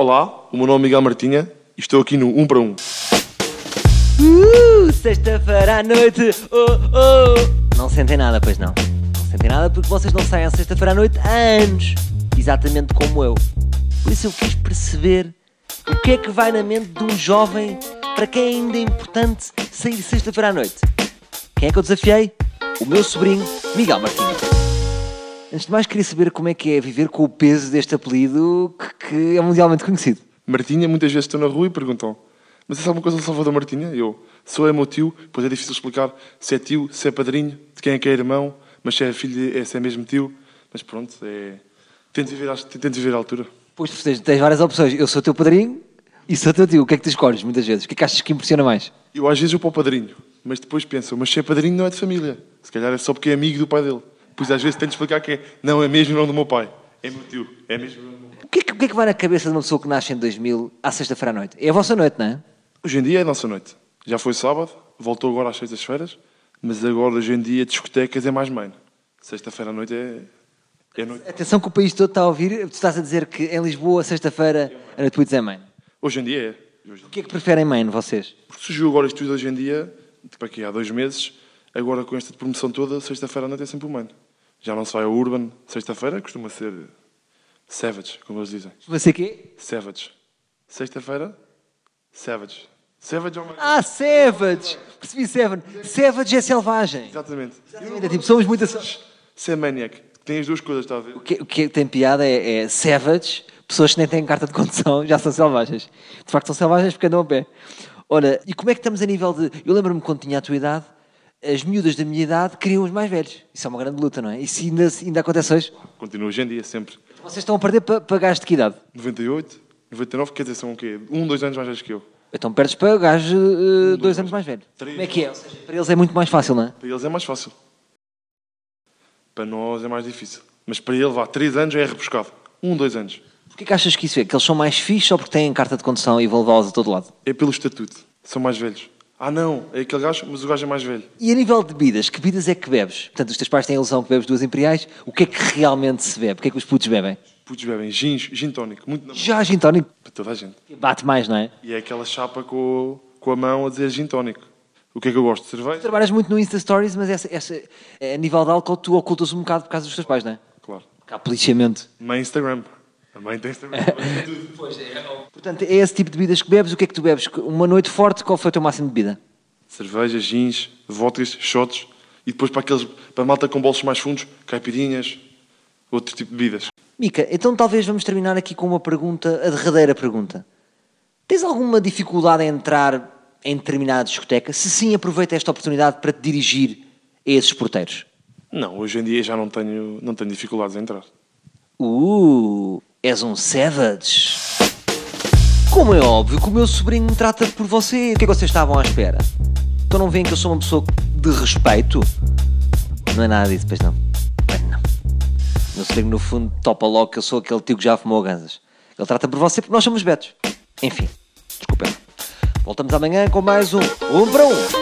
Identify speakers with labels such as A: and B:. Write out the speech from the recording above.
A: Olá, o meu nome é Miguel Martinha e estou aqui no 1 para 1.
B: Uh, sexta-feira à noite, oh, oh. Não sentem nada, pois não. Não sentem nada porque vocês não saem à sexta-feira à noite há anos. Exatamente como eu. Por isso eu quis perceber o que é que vai na mente de um jovem para quem ainda é importante sair sexta-feira à noite. Quem é que eu desafiei? O meu sobrinho, Miguel Martins. Antes de mais, queria saber como é que é viver com o peso deste apelido que- que é mundialmente conhecido.
A: Martinha, muitas vezes estou na rua e perguntam mas é alguma coisa do Salvador Martinha? E Eu, sou é meu tio, pois é difícil explicar se é tio, se é padrinho, de quem é que é irmão, mas se é filho, é, se é mesmo tio. Mas pronto, é... Tento viver, às- tento viver à altura.
B: Pois tu tens, tens várias opções. Eu sou teu padrinho e sou teu tio. O que é que tu escolhes muitas vezes? O que é que achas que impressiona mais?
A: Eu às vezes vou para o padrinho, mas depois penso, mas se é padrinho não é de família. Se calhar é só porque é amigo do pai dele. Pois às vezes tento explicar que é, não é mesmo irmão do meu pai. É meu tio, é mesmo irmão do meu pai.
B: O que, é que, o que é que vai na cabeça de uma pessoa que nasce em 2000 à sexta-feira à noite? É a vossa noite, não é?
A: Hoje em dia é a nossa noite. Já foi sábado, voltou agora às sextas-feiras, mas agora hoje em dia discotecas é mais main. Sexta-feira à noite é. é noite.
B: Atenção que o país todo está a ouvir. Tu estás a dizer que em Lisboa, sexta-feira, a noite podes é mãe.
A: Hoje em dia é. Hoje em
B: O
A: dia.
B: que é que preferem mãe, vocês?
A: Porque surgiu agora isto tudo hoje em dia, tipo aqui há dois meses, agora com esta promoção toda, sexta-feira à noite é sempre humano. Já não se vai ao Urban, sexta-feira costuma ser Savage, como eles dizem.
B: Você quê?
A: Savage. Sexta-feira, Savage. Savage é uma.
B: Ah, Savage! Percebi Savage. Savage é selvagem.
A: Exatamente.
B: É tipo, somos muito... assim-
A: Ser Maniac. Tem as duas coisas, está a ver?
B: O que, o que tem piada é, é savage, pessoas que nem têm carta de condução já são selvagens. De facto, são selvagens porque andam a pé. Ora, e como é que estamos a nível de. Eu lembro-me quando tinha a tua idade, as miúdas da minha idade queriam os mais velhos. Isso é uma grande luta, não é? Isso ainda, ainda acontece hoje.
A: Continua hoje em dia, sempre.
B: Vocês estão a perder para, para gajos de que idade?
A: 98, 99, quer dizer, são o quê? Um, dois anos mais velhos que eu.
B: Então perdes para gajos eh, dois anos mais velhos.
A: Três.
B: Como é que é? Ou seja, para eles é muito mais fácil, não é?
A: Para eles é mais fácil. Para nós é mais difícil. Mas para ele, vá, três anos é rebuscado. Um, dois anos.
B: Porquê que achas que isso é? Que eles são mais fixos ou porque têm carta de condução e vão levá-los a todo lado?
A: É pelo estatuto. São mais velhos. Ah, não, é aquele gajo, mas o gajo é mais velho.
B: E a nível de bebidas, que bebidas é que bebes? Portanto, os teus pais têm a ilusão que bebes duas imperiais. O que é que realmente se bebe? O que é que os putos bebem?
A: Putos bebem gin, gin tónico. Muito na...
B: Já gin tónico
A: Para toda a gente.
B: bate mais, não é?
A: E é aquela chapa com, com a mão a dizer gin tónico. O que é que eu gosto? Cerveja?
B: Trabalhas muito no Insta Stories, mas essa, essa- a nível de álcool tu ocultas um bocado por causa dos teus pais, não é?
A: Claro.
B: Porque há policiamento.
A: Mãe Instagram. A mãe tem Instagram.
B: Portanto, é esse tipo de bebidas que bebes. O que é que tu bebes? Uma noite forte, qual foi o teu máximo de bebida?
A: Cerveja, gins, vodkas, shots e depois para aqueles para a malta com bolsos mais fundos, caipirinhas, outro tipo de bebidas.
B: Mica, então talvez vamos terminar aqui com uma pergunta, a derradeira pergunta. Tens alguma dificuldade em entrar em determinada discoteca? Se sim, aproveita esta oportunidade para te dirigir a esses porteiros.
A: Não, hoje em dia já não tenho, não tenho dificuldades a entrar.
B: Uh, és um savage. Como é óbvio que o meu sobrinho me trata por você, o que é que vocês estavam à espera? Então não veem que eu sou uma pessoa de respeito? Não é nada disso, pois não. Pois não. O meu sobrinho, no fundo, topa logo que eu sou aquele tio que já fumou ganzas. Ele trata por você porque nós somos betos. Enfim, desculpem. Voltamos amanhã com mais um Um para Um.